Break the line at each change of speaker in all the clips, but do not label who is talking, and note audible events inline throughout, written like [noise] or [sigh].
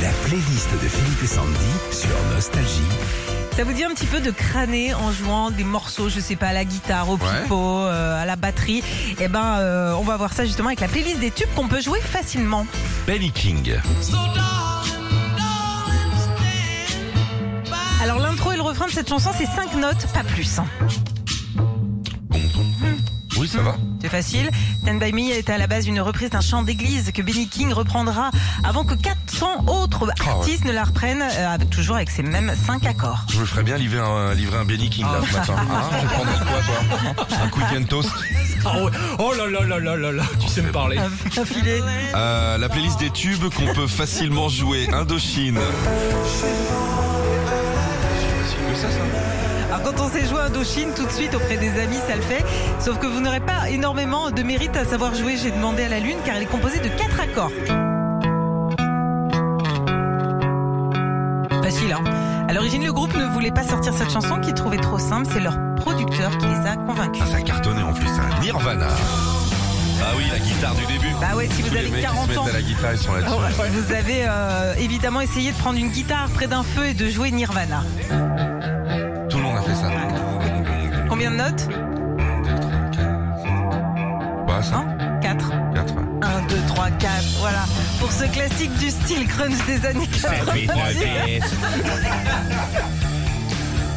La playlist de Philippe et Sandy sur Nostalgie.
Ça vous dit un petit peu de crâner en jouant des morceaux, je sais pas, à la guitare, au pipeau, euh, à la batterie. Eh ben, euh, on va voir ça justement avec la playlist des tubes qu'on peut jouer facilement.
Benny King.
Alors l'intro et le refrain de cette chanson, c'est cinq notes, pas plus. hein.
Oui, ça va.
C'est facile. Stand By Me est à la base une reprise d'un chant d'église que Benny King reprendra avant que 400 autres
ouais.
artistes ne la reprennent, euh, avec- toujours avec ces mêmes
[laughs]
cinq accords.
Je me ferais bien livrer un, livrer un Benny King là ce matin. Hein Je vais prendre quoi, toi Un quick and toast
Ah ouais. Oh là là là là là là, tu sais me parler.
Ah
Un filet.
Euh, La playlist des tubes qu'on peut facilement jouer. Indochine.
Alors, quand on s'est joué à Indochine, tout de suite auprès des amis, ça le fait. Sauf que vous n'aurez pas énormément de mérite à savoir jouer J'ai demandé à la Lune, car elle est composée de quatre accords. Facile, hein À l'origine, le groupe ne voulait pas sortir cette chanson qu'ils trouvaient trop simple. C'est leur producteur qui les a convaincus.
Ah, ça cartonnait en plus, hein. Nirvana. Ah oui, la guitare du début.
Bah ouais, si
Tous
vous
les
avez
mecs qui
40
se
ans, Ah
mettent à la guitare, ils sont là-dessus.
vous avez euh, évidemment essayé de prendre une guitare près d'un feu et de jouer Nirvana.
Tout le monde a fait ça.
Combien de notes Hein
Bah, ça,
1, 4,
4.
1, 2, 3, 4. Voilà. Pour ce classique du style grunge des années 90.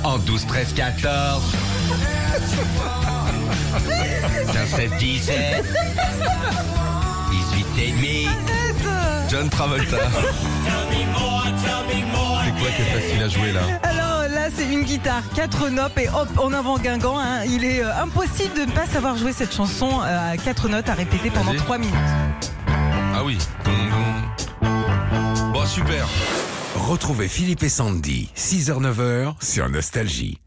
En 12, 13, 14. 15, 16, 17. 18 et demi.
John Travolta. C'est quoi qui est facile à jouer là
Alors là, c'est une guitare, quatre notes et hop, en avant Guingamp. hein. Il est euh, impossible de ne pas savoir jouer cette chanson euh, à quatre notes à répéter pendant
Vas-y.
trois minutes.
Ah oui. Bon, super.
Retrouvez Philippe et Sandy, 6h-9h sur Nostalgie.